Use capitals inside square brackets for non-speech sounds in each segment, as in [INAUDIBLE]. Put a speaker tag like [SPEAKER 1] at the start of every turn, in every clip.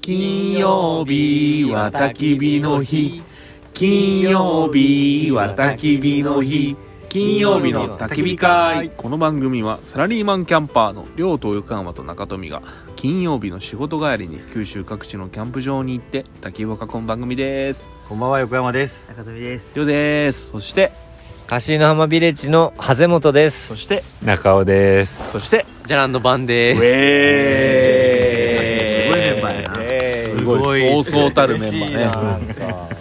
[SPEAKER 1] 金曜日は焚き火の日金曜日は焚き火の日金曜日の焚き火会この番組はサラリーマンキャンパーの両東横浜と中富が金曜日の仕事帰りに九州各地のキャンプ場に行って焚き火を囲む番組です
[SPEAKER 2] こんばんは横山です。
[SPEAKER 3] 中富です
[SPEAKER 1] よですそして
[SPEAKER 4] 柏の浜ビレッジのハゼモトで
[SPEAKER 1] そ
[SPEAKER 4] す
[SPEAKER 1] して
[SPEAKER 5] 中尾です。
[SPEAKER 1] そして
[SPEAKER 4] ジャランドバン
[SPEAKER 1] ウ
[SPEAKER 4] で
[SPEAKER 1] ェ
[SPEAKER 3] すごいメンバーやな
[SPEAKER 1] すごいそうそうたるメンバーね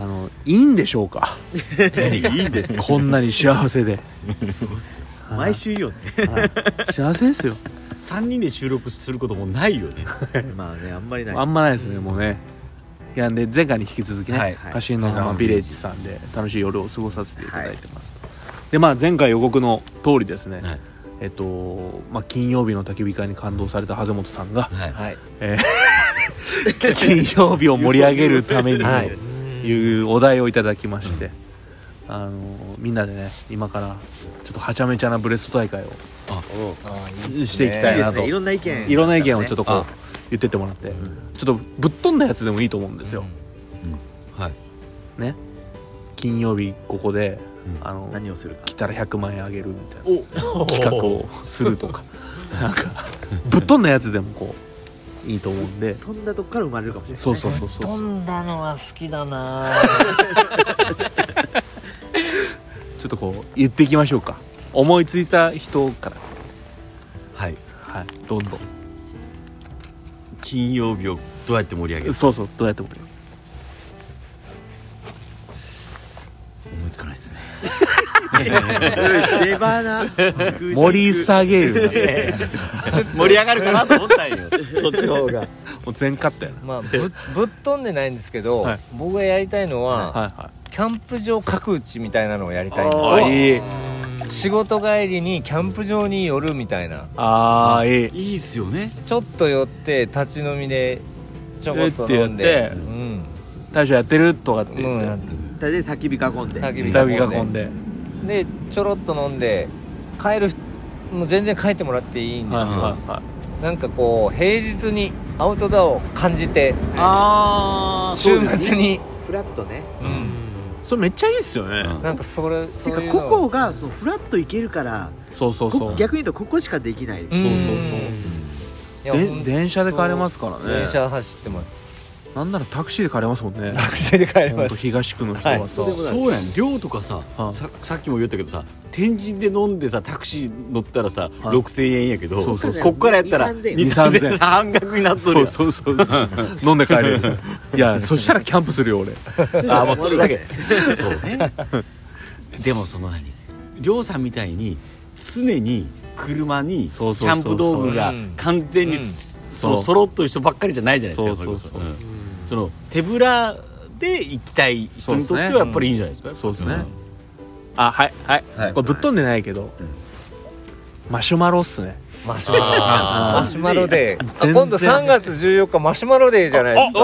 [SPEAKER 1] あのいいんでしょうか
[SPEAKER 2] いいです。
[SPEAKER 1] こんなに幸せで
[SPEAKER 2] 毎週いいよね。
[SPEAKER 1] 幸せですよ
[SPEAKER 2] 三人で収録することもないよね。
[SPEAKER 3] まあねあんまりない
[SPEAKER 1] あんまないですねもうねいやんで前回に引き続きね、
[SPEAKER 2] はい
[SPEAKER 1] カシノ浜ビレッジさんで楽しい夜を過ごさせていただいてます、でまあ前回予告の通りですね、
[SPEAKER 2] はい
[SPEAKER 1] えっと、まあ、金曜日の焚き火会に感動された羽本さんが、
[SPEAKER 2] はい
[SPEAKER 4] はい
[SPEAKER 1] えー金曜日を盛り上げるために
[SPEAKER 4] はい
[SPEAKER 1] というお題をいただきまして、あのみんなでね今からちょっとはちゃめちゃなブレスト大会をしていきたい
[SPEAKER 3] いいで
[SPEAKER 1] な
[SPEAKER 3] す
[SPEAKER 1] と
[SPEAKER 3] ねいろんな意見
[SPEAKER 1] いろんな意見をちょっとこう
[SPEAKER 2] あ
[SPEAKER 1] 言ってってもらって、ちょっとぶっ飛んだやつでもいいと思うんですよ、
[SPEAKER 2] はい。
[SPEAKER 1] ね金曜日ここで、
[SPEAKER 2] う
[SPEAKER 1] あの
[SPEAKER 3] 何をするか
[SPEAKER 1] 来たら100万円あげるみたいな企画をすると
[SPEAKER 3] [LAUGHS]
[SPEAKER 1] かなんかぶっ飛んだやつでもこういいと思うんで
[SPEAKER 3] 飛んだとこから生まれるかもしれないね
[SPEAKER 1] そうそうそうそう
[SPEAKER 4] 飛
[SPEAKER 1] そうん
[SPEAKER 4] だのは好きだな
[SPEAKER 1] ちょっとこう言っていきましょうか思いついた人から
[SPEAKER 2] はい。
[SPEAKER 1] はいどんど
[SPEAKER 2] 金曜日をどうやって盛り上げ
[SPEAKER 1] ん
[SPEAKER 2] る？
[SPEAKER 1] そうそうどうやってもいい
[SPEAKER 2] 思いつかないですね。
[SPEAKER 3] うん出花
[SPEAKER 1] [LAUGHS] 盛り下げるなんて
[SPEAKER 2] 盛り上がるかなと思ったんよ。 [LAUGHS] そっちの方が。
[SPEAKER 1] もう全カットやな
[SPEAKER 4] [LAUGHS] まあぶぶっ飛んでないんですけど、
[SPEAKER 1] はい
[SPEAKER 4] 僕がやりたいのは、
[SPEAKER 1] はいは
[SPEAKER 4] キャンプ場角打ちみたいなのをやりたいん
[SPEAKER 1] い
[SPEAKER 4] で
[SPEAKER 1] あいい
[SPEAKER 4] す仕事帰りにキャンプ場に寄るみたいな
[SPEAKER 1] あーいい
[SPEAKER 2] いいっすよね。
[SPEAKER 4] ちょっと寄って立ち飲みでちょこっと飲ん
[SPEAKER 1] えっ
[SPEAKER 4] で
[SPEAKER 1] てやって
[SPEAKER 4] うん
[SPEAKER 1] 大将やってるとかって
[SPEAKER 4] もうや
[SPEAKER 1] 言
[SPEAKER 4] っ
[SPEAKER 1] って
[SPEAKER 3] それで焚き火囲んで
[SPEAKER 4] 焚き
[SPEAKER 1] 痛み囲ん
[SPEAKER 4] で
[SPEAKER 1] で
[SPEAKER 4] でちょろっと飲んで帰る人もう全然帰ってもらっていいんです
[SPEAKER 1] はい
[SPEAKER 4] よ、
[SPEAKER 1] はいは
[SPEAKER 4] なんかこう平日にアウトドアを感じて
[SPEAKER 2] あ
[SPEAKER 4] 週末に
[SPEAKER 3] フラットね
[SPEAKER 1] いそれめっちゃいいっすよね、
[SPEAKER 2] うん
[SPEAKER 4] なんかそれそ
[SPEAKER 3] て
[SPEAKER 4] う
[SPEAKER 3] か
[SPEAKER 4] いう
[SPEAKER 3] こ
[SPEAKER 4] の
[SPEAKER 3] こがそうフラットいけるから
[SPEAKER 1] そうそうそ
[SPEAKER 3] こ
[SPEAKER 1] う
[SPEAKER 3] 逆に言うとここしかできない
[SPEAKER 4] うんいや
[SPEAKER 1] で
[SPEAKER 4] ほんと
[SPEAKER 1] 電車で帰れますからね
[SPEAKER 4] 電車走って
[SPEAKER 1] [LAUGHS]
[SPEAKER 4] ます
[SPEAKER 1] なんならタクシーで帰れますもんね
[SPEAKER 4] 学生で帰れ
[SPEAKER 1] ほん
[SPEAKER 4] ま
[SPEAKER 1] と
[SPEAKER 4] す
[SPEAKER 1] 東区の人はさ、
[SPEAKER 3] はい
[SPEAKER 2] そうやん。寮とかさ
[SPEAKER 1] はい、
[SPEAKER 2] ささっきも言ったけどさ。天神で飲んでさタクシー乗ったらさ
[SPEAKER 1] はい
[SPEAKER 2] 6000円やけど
[SPEAKER 1] そうそうそう
[SPEAKER 2] こっからやったら
[SPEAKER 3] 2
[SPEAKER 1] 3,000
[SPEAKER 2] 2,3000円半額になっとるやん
[SPEAKER 1] そうそうそう
[SPEAKER 2] [LAUGHS]
[SPEAKER 1] そう飲んで帰るやついやそしたらキャンプするよ俺
[SPEAKER 2] あまあとる
[SPEAKER 1] [LAUGHS]
[SPEAKER 2] だけそうねでもその何亮さんみたいに常に車にキ
[SPEAKER 1] そうそうそ
[SPEAKER 2] ャ
[SPEAKER 1] う
[SPEAKER 2] ン
[SPEAKER 1] そう
[SPEAKER 2] プ道具が
[SPEAKER 4] うん
[SPEAKER 2] 完全に
[SPEAKER 4] うん
[SPEAKER 2] そ
[SPEAKER 1] そう
[SPEAKER 2] の揃っとる人ばっかりじゃないじゃないですか
[SPEAKER 1] そうそうそう
[SPEAKER 2] れこそんその手ぶらで行きたい人にとって
[SPEAKER 1] そうですね
[SPEAKER 2] はやっぱりいいんじゃないですか
[SPEAKER 1] そうですね、あはいはい、
[SPEAKER 2] はい
[SPEAKER 1] これぶっ飛んでないけど、マシュマロっすね
[SPEAKER 4] マシュマロマシュマロデー
[SPEAKER 1] 全然
[SPEAKER 4] あ今度3月14日マシュマロデーじゃないですか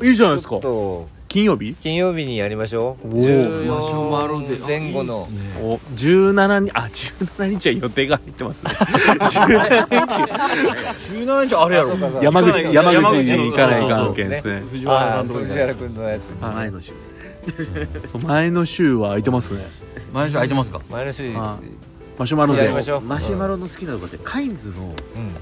[SPEAKER 1] あいいじゃないです
[SPEAKER 4] ちょ
[SPEAKER 1] か
[SPEAKER 4] っと
[SPEAKER 1] 金曜日
[SPEAKER 4] 金曜日にやりましょう
[SPEAKER 1] おー
[SPEAKER 4] マシュマロデー前後の
[SPEAKER 1] お17日あ17日は予定が入ってますね
[SPEAKER 2] 17日あれやろ
[SPEAKER 1] 山
[SPEAKER 2] 行かない
[SPEAKER 1] 口山口に行かない関係ですね
[SPEAKER 2] 藤
[SPEAKER 4] あ
[SPEAKER 2] 原
[SPEAKER 4] ー
[SPEAKER 2] 監督
[SPEAKER 4] 藤
[SPEAKER 2] ね
[SPEAKER 4] 原君のやつ
[SPEAKER 1] は
[SPEAKER 3] 前
[SPEAKER 1] い
[SPEAKER 3] の週ね
[SPEAKER 1] そう前の週は空いてますね
[SPEAKER 2] 毎週空いてますか
[SPEAKER 4] 前の週
[SPEAKER 1] は
[SPEAKER 4] や
[SPEAKER 1] マシュマロ
[SPEAKER 4] り
[SPEAKER 1] で
[SPEAKER 4] ましょう
[SPEAKER 3] マシュマロの好きなとこってカインズの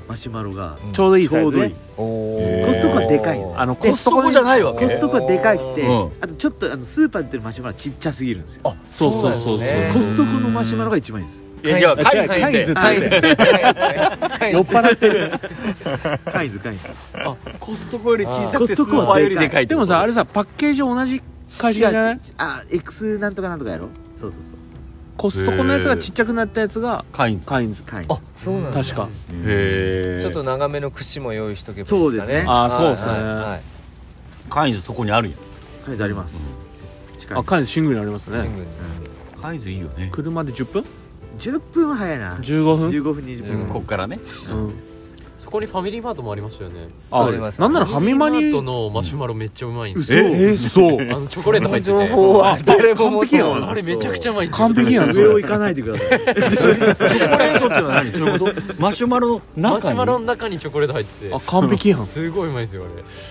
[SPEAKER 3] マシュマロが
[SPEAKER 4] ロ
[SPEAKER 1] ちょうどいい
[SPEAKER 3] ち
[SPEAKER 1] サイ
[SPEAKER 3] ょ
[SPEAKER 1] ズ
[SPEAKER 3] うどいい
[SPEAKER 1] ね
[SPEAKER 4] おー
[SPEAKER 3] コストコはでかいんですよ
[SPEAKER 1] あの
[SPEAKER 2] コ
[SPEAKER 1] コス
[SPEAKER 2] スト
[SPEAKER 1] トコ
[SPEAKER 2] コ
[SPEAKER 1] に
[SPEAKER 2] じゃないわ
[SPEAKER 3] コ
[SPEAKER 2] け
[SPEAKER 3] ストコはでかいくて
[SPEAKER 2] うん
[SPEAKER 3] あとちょっとあのスーパーで売ってるマシュマロはちっちゃすぎるんですよ
[SPEAKER 1] そうそうそうそう
[SPEAKER 4] そうなんですね
[SPEAKER 3] コストコのマシュマロが一番いいです
[SPEAKER 2] いやいや
[SPEAKER 1] カインズ
[SPEAKER 2] カインズって
[SPEAKER 1] カインズって
[SPEAKER 4] はい
[SPEAKER 1] 酔っ払ってる
[SPEAKER 3] カインズカインズ
[SPEAKER 2] あコストコより小さ
[SPEAKER 3] コ
[SPEAKER 2] くて
[SPEAKER 3] ス
[SPEAKER 2] ス
[SPEAKER 3] トコ
[SPEAKER 2] ー
[SPEAKER 3] は
[SPEAKER 2] パーよりでかいって
[SPEAKER 1] で
[SPEAKER 2] こ
[SPEAKER 1] も
[SPEAKER 2] と
[SPEAKER 1] さあれさパッケージ同じ会
[SPEAKER 3] 違
[SPEAKER 1] 社じゃな
[SPEAKER 3] う
[SPEAKER 1] い
[SPEAKER 3] ちあ X なんとかなんとかやろそうそうそう
[SPEAKER 1] コストコのやつがちっちゃくなったやつが
[SPEAKER 2] カインズ
[SPEAKER 1] カインズ
[SPEAKER 3] カインズ
[SPEAKER 4] あそうなんだ
[SPEAKER 1] 確か
[SPEAKER 4] [LAUGHS]
[SPEAKER 2] へえ
[SPEAKER 4] ちょっと長めの串も用意しとけばいい
[SPEAKER 3] そう
[SPEAKER 4] で
[SPEAKER 3] ですす
[SPEAKER 4] かね
[SPEAKER 3] ね
[SPEAKER 1] あーそうですね
[SPEAKER 4] はいはいはい
[SPEAKER 2] カインズそこにあるやん
[SPEAKER 3] カインズあります近
[SPEAKER 1] あ
[SPEAKER 3] い
[SPEAKER 1] カインズシングルになります
[SPEAKER 4] シン
[SPEAKER 1] ね
[SPEAKER 4] グルに
[SPEAKER 2] カインズいいよね
[SPEAKER 1] 車で10分
[SPEAKER 3] 10分は早いな
[SPEAKER 1] 15分
[SPEAKER 3] 15分20分
[SPEAKER 2] こっからね
[SPEAKER 1] うん
[SPEAKER 5] そこにファミリーマートもありましたよね
[SPEAKER 1] あ
[SPEAKER 4] あります
[SPEAKER 1] なんならファミマ
[SPEAKER 5] ファミリーマート
[SPEAKER 1] に
[SPEAKER 5] のマシュマロめっちゃうまいんです
[SPEAKER 1] 嘘嘘
[SPEAKER 5] よあのチョコレート入ってて
[SPEAKER 4] 報は [LAUGHS] 誰も
[SPEAKER 1] 完璧やわ
[SPEAKER 5] あれめちゃくちゃうまいんですよ
[SPEAKER 1] 完璧
[SPEAKER 4] [LAUGHS]
[SPEAKER 1] やんそ
[SPEAKER 3] 上を
[SPEAKER 1] れ
[SPEAKER 3] 行かないでください
[SPEAKER 2] チョコレートってのは何どういうこと [LAUGHS] マシュマロの中に
[SPEAKER 5] マシュマロの中にチョコレート入って
[SPEAKER 1] あ
[SPEAKER 5] て
[SPEAKER 1] 完璧やん
[SPEAKER 5] すごいうまいんですよ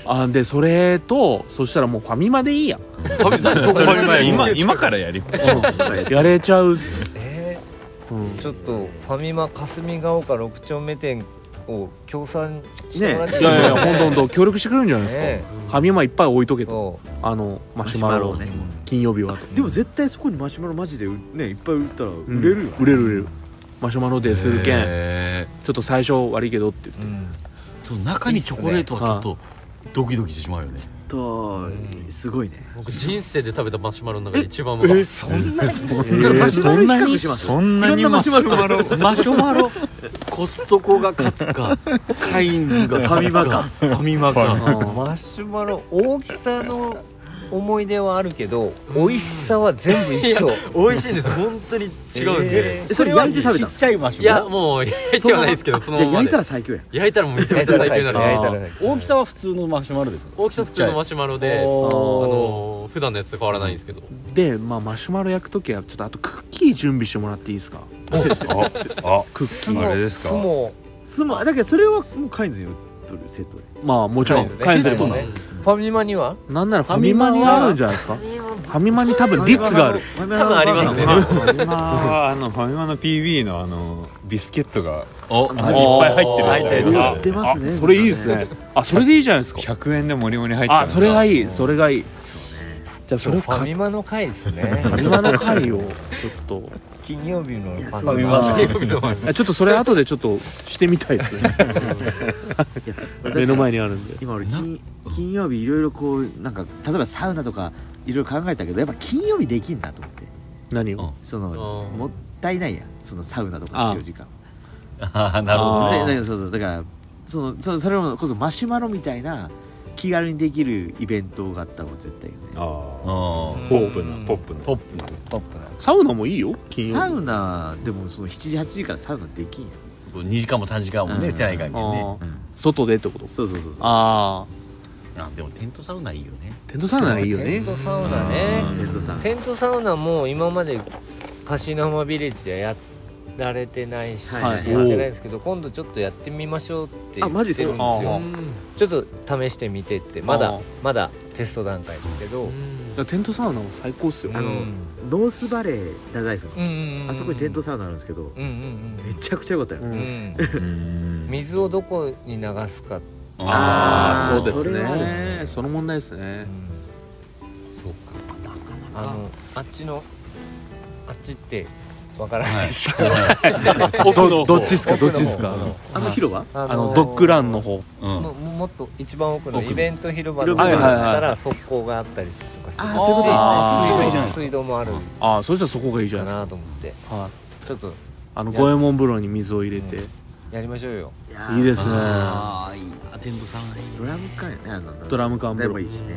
[SPEAKER 5] あれ
[SPEAKER 1] あでそれとそしたらもうファミマでいいやん
[SPEAKER 6] それは今今からやります
[SPEAKER 1] やれちゃうっす
[SPEAKER 4] え
[SPEAKER 1] うん
[SPEAKER 4] ーちょっとファミマ霞ヶ丘六丁目店を協賛してもらって
[SPEAKER 1] いやいやい
[SPEAKER 4] [LAUGHS]
[SPEAKER 1] やほんとほんと協力してくれるんじゃないですか
[SPEAKER 4] ね
[SPEAKER 1] ファミマいっぱい置いとけと
[SPEAKER 4] そう
[SPEAKER 1] あのマシュマロ
[SPEAKER 3] マシュマロね
[SPEAKER 1] 金曜日は
[SPEAKER 3] でも絶対そこにマシュマロマジでねいっぱい売ったら売れるよね
[SPEAKER 1] 売れる売れるマシュマロですけん
[SPEAKER 6] へ
[SPEAKER 1] ちょっと最初悪いけどって
[SPEAKER 4] [LAUGHS]
[SPEAKER 1] 言って
[SPEAKER 4] うん
[SPEAKER 2] そう中にチョコレートはちょっとドキドキしてしまうよね
[SPEAKER 3] とすごいね
[SPEAKER 5] 僕人生で食べたマシュマロの中で一番うまかった
[SPEAKER 2] そんな
[SPEAKER 1] えーそんなに
[SPEAKER 6] えそんなにマシュマロ
[SPEAKER 2] マシュマロコストコが勝つかカインズが勝つかファミマか
[SPEAKER 4] マシュマロ大きさの思い出はあるけど美味しさは全部一緒
[SPEAKER 5] 美味しいんです本当に違うんで、
[SPEAKER 3] えそれ焼いて食べたんですか
[SPEAKER 2] ちゃいマシ
[SPEAKER 5] いやもう焼いてはないですけどその
[SPEAKER 3] じゃ
[SPEAKER 5] ま
[SPEAKER 3] あ
[SPEAKER 5] ま
[SPEAKER 3] 焼いた
[SPEAKER 5] ら
[SPEAKER 3] ら最強やん
[SPEAKER 5] 焼いたらもうめちゃめちゃ最強になる
[SPEAKER 4] 焼いたら
[SPEAKER 5] あー
[SPEAKER 2] 大きさは普通のマシュマロですか
[SPEAKER 5] 大きさ普通のマシュマロであのー普段のやつと変わらないんですけど
[SPEAKER 1] で、まあ、マシュマロ焼く時はちょっとあとクッキー準備してもらっていいですか
[SPEAKER 6] あ
[SPEAKER 1] クッキー
[SPEAKER 6] あれですか
[SPEAKER 4] 相撲
[SPEAKER 3] すまだけどそれはもうカインズに売っとるセットで
[SPEAKER 1] まあもちろん
[SPEAKER 4] そうですね
[SPEAKER 1] カインズにも
[SPEAKER 4] ねファミマには
[SPEAKER 1] なんならファミマにあるんじゃないですかファミマに多分ディッツがある
[SPEAKER 3] 多
[SPEAKER 5] 多分ありますね
[SPEAKER 6] ファミマはあのファミマの PB のあのビスケットが
[SPEAKER 2] お
[SPEAKER 6] いっぱい入ってる
[SPEAKER 3] う
[SPEAKER 6] や
[SPEAKER 3] わ
[SPEAKER 6] つ
[SPEAKER 3] 知ってますね
[SPEAKER 1] それいいですねあそれでいいじゃないですか
[SPEAKER 6] 100円でもりもり入ってる
[SPEAKER 1] あそれがいいそれがいいじゃあそ
[SPEAKER 4] フ
[SPEAKER 1] れをか
[SPEAKER 4] ァ
[SPEAKER 1] フ
[SPEAKER 4] ミマの回ですね
[SPEAKER 1] ァミマの回をちょっと
[SPEAKER 4] 金曜日のフ
[SPEAKER 3] やそう
[SPEAKER 4] ァミマ
[SPEAKER 1] あーちょっとそれ後でちょっとしてみたいですね目の前にあるんで
[SPEAKER 3] 今俺金金曜日いろいろこうなんか例えばサウナとかいろいろ考えたけどやっぱ金曜日できんなと思って
[SPEAKER 1] 何を
[SPEAKER 3] その
[SPEAKER 5] あー
[SPEAKER 3] もったいないやんそのサウナとか使用時間
[SPEAKER 2] あーなるほど
[SPEAKER 1] あ
[SPEAKER 2] ね
[SPEAKER 1] ー
[SPEAKER 3] だだからそうそうだからそのそのそれもこそマシュマロみたいな気軽にできるイベントがあった方が絶対いいよね
[SPEAKER 2] あ
[SPEAKER 6] あーポップなポップな
[SPEAKER 5] ポップな
[SPEAKER 4] ポップな
[SPEAKER 1] サウナもいいよ金曜日
[SPEAKER 3] サウナでもその7時8時からサウナできんやん
[SPEAKER 2] ー2時間も3時間もね
[SPEAKER 3] うん
[SPEAKER 2] せないかんけんね
[SPEAKER 1] あー外でってこと
[SPEAKER 3] そうそうそうそう
[SPEAKER 1] ああ
[SPEAKER 2] あでもテントサウナいいよね
[SPEAKER 1] テントサウナいいよ
[SPEAKER 4] テ
[SPEAKER 1] ね
[SPEAKER 4] ントサウナね
[SPEAKER 3] テントさん
[SPEAKER 4] テントサウナも今までカシノマビレッジではやられてないし、
[SPEAKER 3] はい
[SPEAKER 4] やってないんですけど今度ちょっとやってみましょうって言
[SPEAKER 3] あマ
[SPEAKER 4] っ
[SPEAKER 3] ジ
[SPEAKER 4] て
[SPEAKER 3] そう
[SPEAKER 4] るん
[SPEAKER 1] あ
[SPEAKER 4] です
[SPEAKER 1] ー
[SPEAKER 4] よちょっと試してみてってま
[SPEAKER 1] あ
[SPEAKER 4] だ
[SPEAKER 1] ー
[SPEAKER 4] まだテスト段階ですけど、うん
[SPEAKER 1] だからテントサウナも最高っすよ
[SPEAKER 3] あのノースバレー太宰府
[SPEAKER 4] う
[SPEAKER 3] の
[SPEAKER 4] んうんうん、
[SPEAKER 3] あそこにテントサウナあるんですけど
[SPEAKER 4] うんうん
[SPEAKER 3] めちゃくちゃ良かった
[SPEAKER 1] う
[SPEAKER 3] よ
[SPEAKER 4] うんん、うん、
[SPEAKER 6] うん
[SPEAKER 4] 水をどこに流すか、
[SPEAKER 1] ああ
[SPEAKER 3] あ
[SPEAKER 1] そ
[SPEAKER 3] ー
[SPEAKER 1] うです
[SPEAKER 3] それはあるっ
[SPEAKER 1] ねその問題ですね
[SPEAKER 2] そうかなかな
[SPEAKER 4] あのあっちのあっちってわからないです
[SPEAKER 1] どどっちっすか
[SPEAKER 4] 奥
[SPEAKER 1] ど
[SPEAKER 4] の
[SPEAKER 1] っ
[SPEAKER 4] 方
[SPEAKER 1] ちっすか
[SPEAKER 3] あの広場
[SPEAKER 4] あ
[SPEAKER 1] あのドッグランの方
[SPEAKER 2] うん
[SPEAKER 4] ももっと一番奥の
[SPEAKER 2] 奥の
[SPEAKER 4] イベント広場の
[SPEAKER 1] 場
[SPEAKER 4] 方
[SPEAKER 3] 広
[SPEAKER 4] だ
[SPEAKER 1] はい
[SPEAKER 4] っ
[SPEAKER 1] は
[SPEAKER 4] た
[SPEAKER 1] いは
[SPEAKER 4] ら側溝があったりとかする
[SPEAKER 3] あーそういうことですね
[SPEAKER 1] あ
[SPEAKER 4] 水道
[SPEAKER 2] ー
[SPEAKER 4] 水道もある
[SPEAKER 1] ああそしたらそこがいいじゃ
[SPEAKER 4] か
[SPEAKER 1] ないで
[SPEAKER 4] なと思って
[SPEAKER 1] すかはい
[SPEAKER 4] ちょっと
[SPEAKER 1] あの五右衛門風呂に水を入れて
[SPEAKER 4] うんやりましょうよ
[SPEAKER 3] いやー
[SPEAKER 1] いいですね
[SPEAKER 2] あーいいなテントサウナいい
[SPEAKER 3] ドラム缶やねあの
[SPEAKER 1] ドラム缶風
[SPEAKER 3] で
[SPEAKER 1] 呂
[SPEAKER 3] もいいしね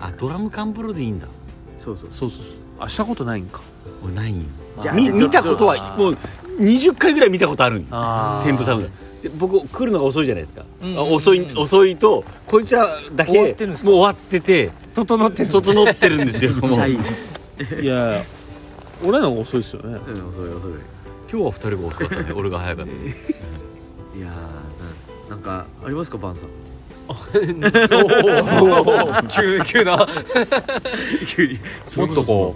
[SPEAKER 2] あドラム缶風呂でいいんだ
[SPEAKER 3] そうそう
[SPEAKER 1] そうそうそうあしたことないんか
[SPEAKER 2] 俺ないんよ
[SPEAKER 3] じゃあ
[SPEAKER 2] み見たこと
[SPEAKER 1] あ
[SPEAKER 2] は
[SPEAKER 1] ー
[SPEAKER 2] もう20回ぐらい見たことあるんよ
[SPEAKER 1] あー
[SPEAKER 2] テントサウナで僕来るのが遅いじゃないですか、
[SPEAKER 4] うんうん
[SPEAKER 2] あ遅い遅いとこいつらだけ
[SPEAKER 4] 終わってるんですか
[SPEAKER 2] もう終わってて整ってる整ってるんですよもう
[SPEAKER 3] めっちゃいい
[SPEAKER 2] 今
[SPEAKER 1] いや [LAUGHS] いや俺らの方が遅いっすよね
[SPEAKER 3] うん遅い遅い
[SPEAKER 2] 日は二人が遅かったね俺が早かった
[SPEAKER 3] いやーななんかありますかバ [LAUGHS] ンさん
[SPEAKER 5] 急急な
[SPEAKER 1] もっとこ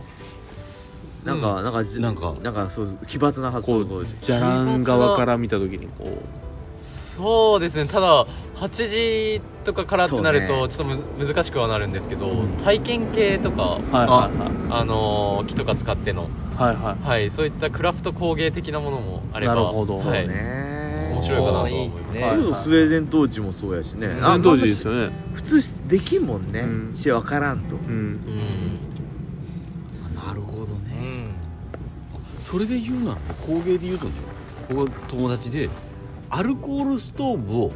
[SPEAKER 3] なんか、なんかじ
[SPEAKER 2] なんか
[SPEAKER 3] なんかそう奇抜な
[SPEAKER 1] う
[SPEAKER 3] 発
[SPEAKER 1] こ
[SPEAKER 3] 想
[SPEAKER 1] うじゃらん側から見た時にこう
[SPEAKER 5] そうですねただ8時とかからってなる
[SPEAKER 3] そう
[SPEAKER 5] とちょっとむ難しくはなるんですけど、体験系とか
[SPEAKER 1] はいはいはい
[SPEAKER 5] あのー木とか使っての、
[SPEAKER 1] はいは
[SPEAKER 5] はい、そういったクラフト工芸的なものもあれば
[SPEAKER 1] なるほど
[SPEAKER 5] はい
[SPEAKER 3] そうね
[SPEAKER 5] 面白いかなとは
[SPEAKER 4] あー
[SPEAKER 5] 思い
[SPEAKER 4] いい
[SPEAKER 5] ま
[SPEAKER 4] ですすね
[SPEAKER 1] はい
[SPEAKER 3] それこそスウェーデン当時もそうやしね
[SPEAKER 1] い
[SPEAKER 3] あ
[SPEAKER 1] 当時ですよね
[SPEAKER 3] 普通しできんもんね、
[SPEAKER 1] うん
[SPEAKER 3] し分からんと
[SPEAKER 1] うん
[SPEAKER 5] うん
[SPEAKER 2] なるほ
[SPEAKER 4] う
[SPEAKER 2] どね
[SPEAKER 4] ん
[SPEAKER 2] それで言うならね工芸で言うとね僕は友達でアルコールストーブを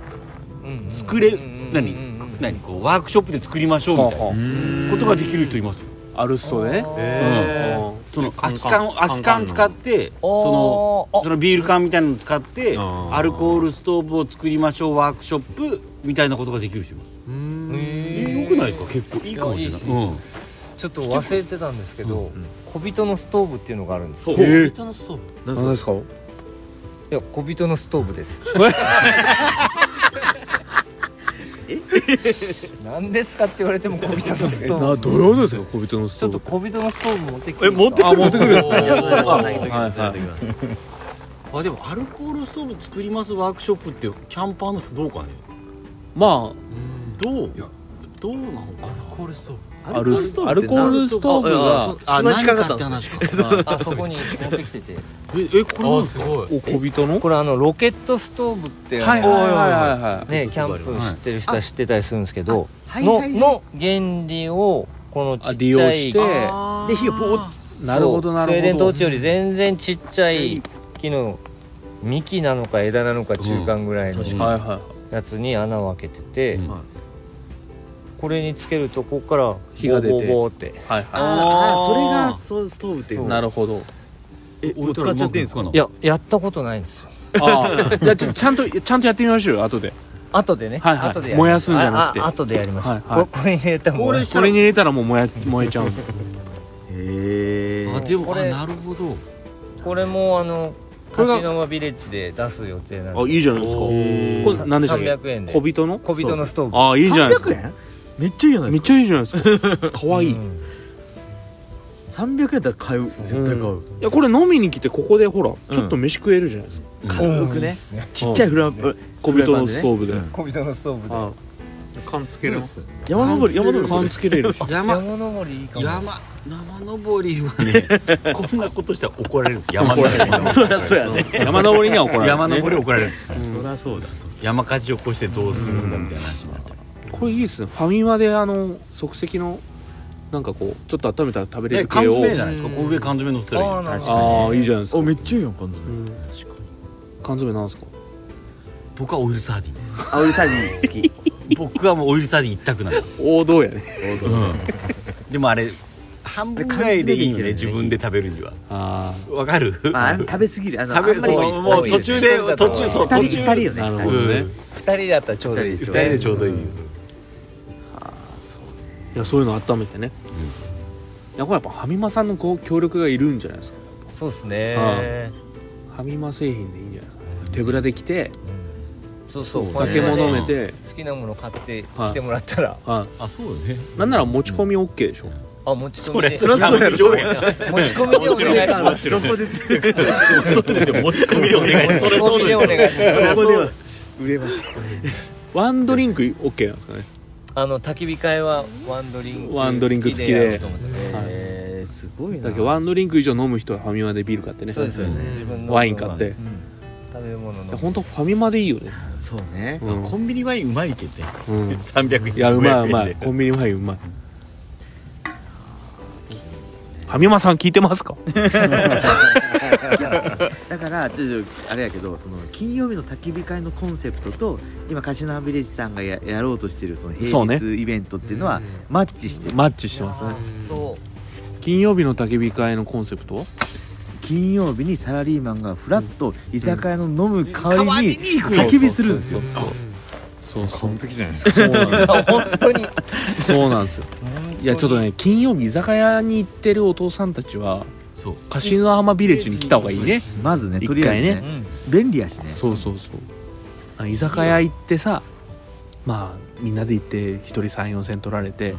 [SPEAKER 4] うん
[SPEAKER 2] 作れ、
[SPEAKER 4] うんうん
[SPEAKER 2] 何、
[SPEAKER 4] うんうん
[SPEAKER 2] 何こうワークショップで作りましょうみたいな
[SPEAKER 1] は
[SPEAKER 2] ことができる人いますよ
[SPEAKER 1] あアルストね
[SPEAKER 5] え
[SPEAKER 1] うん
[SPEAKER 2] その
[SPEAKER 6] 缶
[SPEAKER 2] 空き缶を空き缶使って
[SPEAKER 4] あ
[SPEAKER 2] そのそのビール缶みたいなの使って
[SPEAKER 6] あー
[SPEAKER 2] アルコールストーブを作りましょうワークショップみたいなことができるし
[SPEAKER 5] うーん
[SPEAKER 2] えよくないですか結構いいかもし
[SPEAKER 4] いやい
[SPEAKER 2] れない
[SPEAKER 4] いです
[SPEAKER 2] うん
[SPEAKER 4] ちょっと忘れてたんですけど、小人のストーブっていうのがあるんですよ
[SPEAKER 2] そうえ
[SPEAKER 5] 人のストーブ
[SPEAKER 1] 何ですか
[SPEAKER 4] いや小人のストーブです何ですかって言われても小人のストーブ
[SPEAKER 1] どういうことですよ小人のス
[SPEAKER 4] ちょっと小人のストーブ持ってきていいですか
[SPEAKER 2] え持って
[SPEAKER 1] あ持ってくるやつ
[SPEAKER 5] おー
[SPEAKER 2] あでもアルコールストーブ作りますワークショップってキャンパーの人どうかね
[SPEAKER 1] ま
[SPEAKER 2] どうどうなのかな
[SPEAKER 5] コールストー
[SPEAKER 1] あアルアルコールストーブが
[SPEAKER 2] あ
[SPEAKER 7] そんな
[SPEAKER 2] 何
[SPEAKER 7] 力だっ
[SPEAKER 2] かって
[SPEAKER 7] たん
[SPEAKER 2] 話か
[SPEAKER 3] [LAUGHS]
[SPEAKER 4] あそこに持ってきてて
[SPEAKER 2] ええこれ
[SPEAKER 5] ブ
[SPEAKER 2] な
[SPEAKER 5] あ
[SPEAKER 2] ん
[SPEAKER 5] ー
[SPEAKER 2] です
[SPEAKER 5] す
[SPEAKER 2] か
[SPEAKER 5] ごい
[SPEAKER 1] お小人の
[SPEAKER 4] これあのロケットストーブって
[SPEAKER 1] はいはい
[SPEAKER 4] あの
[SPEAKER 1] はいはい
[SPEAKER 4] ねキャンプ知ってる人は知ってたりするんですけど、
[SPEAKER 7] はいはい
[SPEAKER 4] の
[SPEAKER 7] はい
[SPEAKER 4] の原理をこのち
[SPEAKER 1] あ
[SPEAKER 4] っ
[SPEAKER 1] 利
[SPEAKER 4] ち
[SPEAKER 1] 用
[SPEAKER 4] ゃ
[SPEAKER 1] し
[SPEAKER 4] い
[SPEAKER 1] て
[SPEAKER 7] で火がボーッ
[SPEAKER 4] そう
[SPEAKER 1] なるほどなるほど
[SPEAKER 4] スウェーデントーチより全然ちっちゃい木の幹なのか枝なのか中間ぐらいの
[SPEAKER 2] 確か
[SPEAKER 1] はいは
[SPEAKER 4] やつに穴を開けてて、
[SPEAKER 2] うん
[SPEAKER 4] これにつけるとこから
[SPEAKER 1] 火が出て
[SPEAKER 4] ボーボーボーって
[SPEAKER 1] いはい
[SPEAKER 7] あ
[SPEAKER 1] は
[SPEAKER 7] あそれ
[SPEAKER 2] あー
[SPEAKER 7] がそうストーブってい
[SPEAKER 1] いうなるほど
[SPEAKER 7] え俺使っちゃってんすか
[SPEAKER 2] ない
[SPEAKER 4] ややったことないんですよ
[SPEAKER 1] ああじゃあちょちゃんとちゃんとやってみましょうよ後で
[SPEAKER 4] 後でね、
[SPEAKER 1] はいはい
[SPEAKER 4] 後でやり
[SPEAKER 1] 燃やすんじゃなくて
[SPEAKER 4] ああ後でやりました、
[SPEAKER 1] はいはい
[SPEAKER 4] これこれに入れたら
[SPEAKER 2] これ
[SPEAKER 4] 燃やす
[SPEAKER 1] これに入れたらもう燃え燃えちゃう
[SPEAKER 3] へ
[SPEAKER 2] あでも
[SPEAKER 4] こ
[SPEAKER 2] あ
[SPEAKER 4] れ
[SPEAKER 2] なるほど
[SPEAKER 4] これもあの
[SPEAKER 1] これが
[SPEAKER 4] カシノマビレッジで出す予定なんで
[SPEAKER 1] あいいじゃないですかこれ何でしたっけ
[SPEAKER 4] 300円で
[SPEAKER 1] 小人の
[SPEAKER 4] 小人のストーブ
[SPEAKER 1] ああいいじゃないです
[SPEAKER 7] 300
[SPEAKER 1] か
[SPEAKER 7] 円めっちゃいいじゃない
[SPEAKER 1] め
[SPEAKER 7] です
[SPEAKER 1] っ
[SPEAKER 7] か
[SPEAKER 1] ちゃいいじゃないですかかわいい、
[SPEAKER 4] う
[SPEAKER 1] い
[SPEAKER 4] ん
[SPEAKER 7] 300円だったら買う絶対買う
[SPEAKER 1] やこれ飲みに来てここでほら、ちょっと飯食えるじゃないですか
[SPEAKER 7] 軽く
[SPEAKER 4] いいっ
[SPEAKER 7] ね
[SPEAKER 4] すね
[SPEAKER 7] ちっちゃいフランプ
[SPEAKER 1] 小人のストーブで、
[SPEAKER 7] うん
[SPEAKER 4] 小人のストーブで
[SPEAKER 1] あ
[SPEAKER 6] 缶つける
[SPEAKER 7] 山登り山登り
[SPEAKER 1] 缶つけれるし
[SPEAKER 2] 山
[SPEAKER 4] 山登りいいかも
[SPEAKER 2] 山山登りはねこんなことしたら [LAUGHS] 怒られるんです山登り
[SPEAKER 7] そりゃそうやね
[SPEAKER 1] 山登りには怒られる、
[SPEAKER 2] 山登り怒られるんです
[SPEAKER 7] そりゃそうだ
[SPEAKER 2] 山火事起こしてどうするんだみたいな話になっちゃう
[SPEAKER 1] これいいですねファミマであの即席のなんかこうちょっと温めたら食べれ
[SPEAKER 2] え
[SPEAKER 1] る
[SPEAKER 2] 缶
[SPEAKER 1] 系を
[SPEAKER 2] 詰じゃないですかこう上缶詰乗せたらいいじゃん
[SPEAKER 4] あーなるほど
[SPEAKER 1] ああいいじゃないですか
[SPEAKER 7] おめっちゃいいやん缶詰
[SPEAKER 1] うん缶詰なんですか
[SPEAKER 2] 僕はオイルサーディンです
[SPEAKER 3] あおりさんに
[SPEAKER 7] [LAUGHS]
[SPEAKER 3] 好き
[SPEAKER 2] 僕はもうオイルサーディン一択なんですよ
[SPEAKER 1] 王道やね
[SPEAKER 2] うんでもあれ半分ぐらいでいいよね自分で食べるには
[SPEAKER 1] ああ
[SPEAKER 2] わかる
[SPEAKER 3] まあ
[SPEAKER 2] [LAUGHS]
[SPEAKER 3] あの食べ過ぎるあの
[SPEAKER 2] 食べ
[SPEAKER 3] あんまり
[SPEAKER 2] そう
[SPEAKER 3] 多い
[SPEAKER 2] もう途中で
[SPEAKER 4] 多いよね
[SPEAKER 2] 途中そう途
[SPEAKER 3] 二
[SPEAKER 2] 中
[SPEAKER 3] 人二人よ [LAUGHS] ね
[SPEAKER 1] なるほ
[SPEAKER 2] う
[SPEAKER 1] ど
[SPEAKER 2] ん
[SPEAKER 1] ね
[SPEAKER 4] 二人だったらちょうどいいで
[SPEAKER 2] 二
[SPEAKER 4] す
[SPEAKER 2] 人
[SPEAKER 4] よ
[SPEAKER 2] でちょうどいい
[SPEAKER 1] いやそういうの温めてね、いやこれやっぱファミマさんのこう協力がいるんじゃないですか
[SPEAKER 4] そうですね
[SPEAKER 1] ファミマ製品でいいんじゃないですか手ぶらで来て
[SPEAKER 4] そうそう
[SPEAKER 1] 酒も飲めて、
[SPEAKER 4] 好きなもの買ってきてもらったら
[SPEAKER 1] は
[SPEAKER 2] あそうよね
[SPEAKER 1] い、なんなら持ち込み OK でしょ、
[SPEAKER 4] あ持ち込みで
[SPEAKER 2] それそれはそうやな
[SPEAKER 4] 持ち込みでお願いします
[SPEAKER 2] そこでそうですよ持ち込みでお願い
[SPEAKER 4] 持ち込みでお願いします
[SPEAKER 1] ワンドリンク OK なんですかね
[SPEAKER 4] あの焚き火会はワンドリンク
[SPEAKER 1] ワンドリンク付きで
[SPEAKER 4] やろうと思ってね
[SPEAKER 7] えーすごいな
[SPEAKER 1] だけどワンドリンク以上飲む人はファミマでビール買ってね
[SPEAKER 4] そうですよね自分の
[SPEAKER 1] ワイン買って、
[SPEAKER 4] うん食べ物の
[SPEAKER 1] 本当ファミマでいいよね、
[SPEAKER 7] そうね
[SPEAKER 1] うん
[SPEAKER 2] コンビニワインうまいけどね
[SPEAKER 1] うん、い
[SPEAKER 2] 300円
[SPEAKER 1] やうまいうま
[SPEAKER 2] 500
[SPEAKER 1] い
[SPEAKER 2] 円で
[SPEAKER 1] コンビニワインうまいファミマさん聞いてますか
[SPEAKER 3] だからちょっとあれやけどその金曜日の焚き火会のコンセプトと今カシナビレッジさんがややろうとしてるその
[SPEAKER 1] そう
[SPEAKER 3] 平
[SPEAKER 1] ね
[SPEAKER 3] 日イベントっていうのはマッチしてる
[SPEAKER 1] マッチしてますね
[SPEAKER 4] そう
[SPEAKER 1] 金曜日の焚き火会のコンセプトは
[SPEAKER 3] 金曜日にサラリーマンがフラッと居酒屋の飲む代わりに
[SPEAKER 2] 代わりに
[SPEAKER 3] 焚き火するんですよ
[SPEAKER 1] そうそう
[SPEAKER 6] 完璧じゃないです
[SPEAKER 1] そうなんですよ
[SPEAKER 4] 本当に
[SPEAKER 1] そうなんですよいやちょっとね金曜日居酒屋に行ってるお父さんたちは
[SPEAKER 2] そう
[SPEAKER 1] カシノ浜ビレッジに来た方がいいね
[SPEAKER 3] まずね
[SPEAKER 1] 一
[SPEAKER 3] とりあえず
[SPEAKER 1] 回
[SPEAKER 3] ね
[SPEAKER 4] うん
[SPEAKER 3] 便利やしね
[SPEAKER 1] そうそうそうあ居酒屋行ってさまあみんなで行って1人34千取られて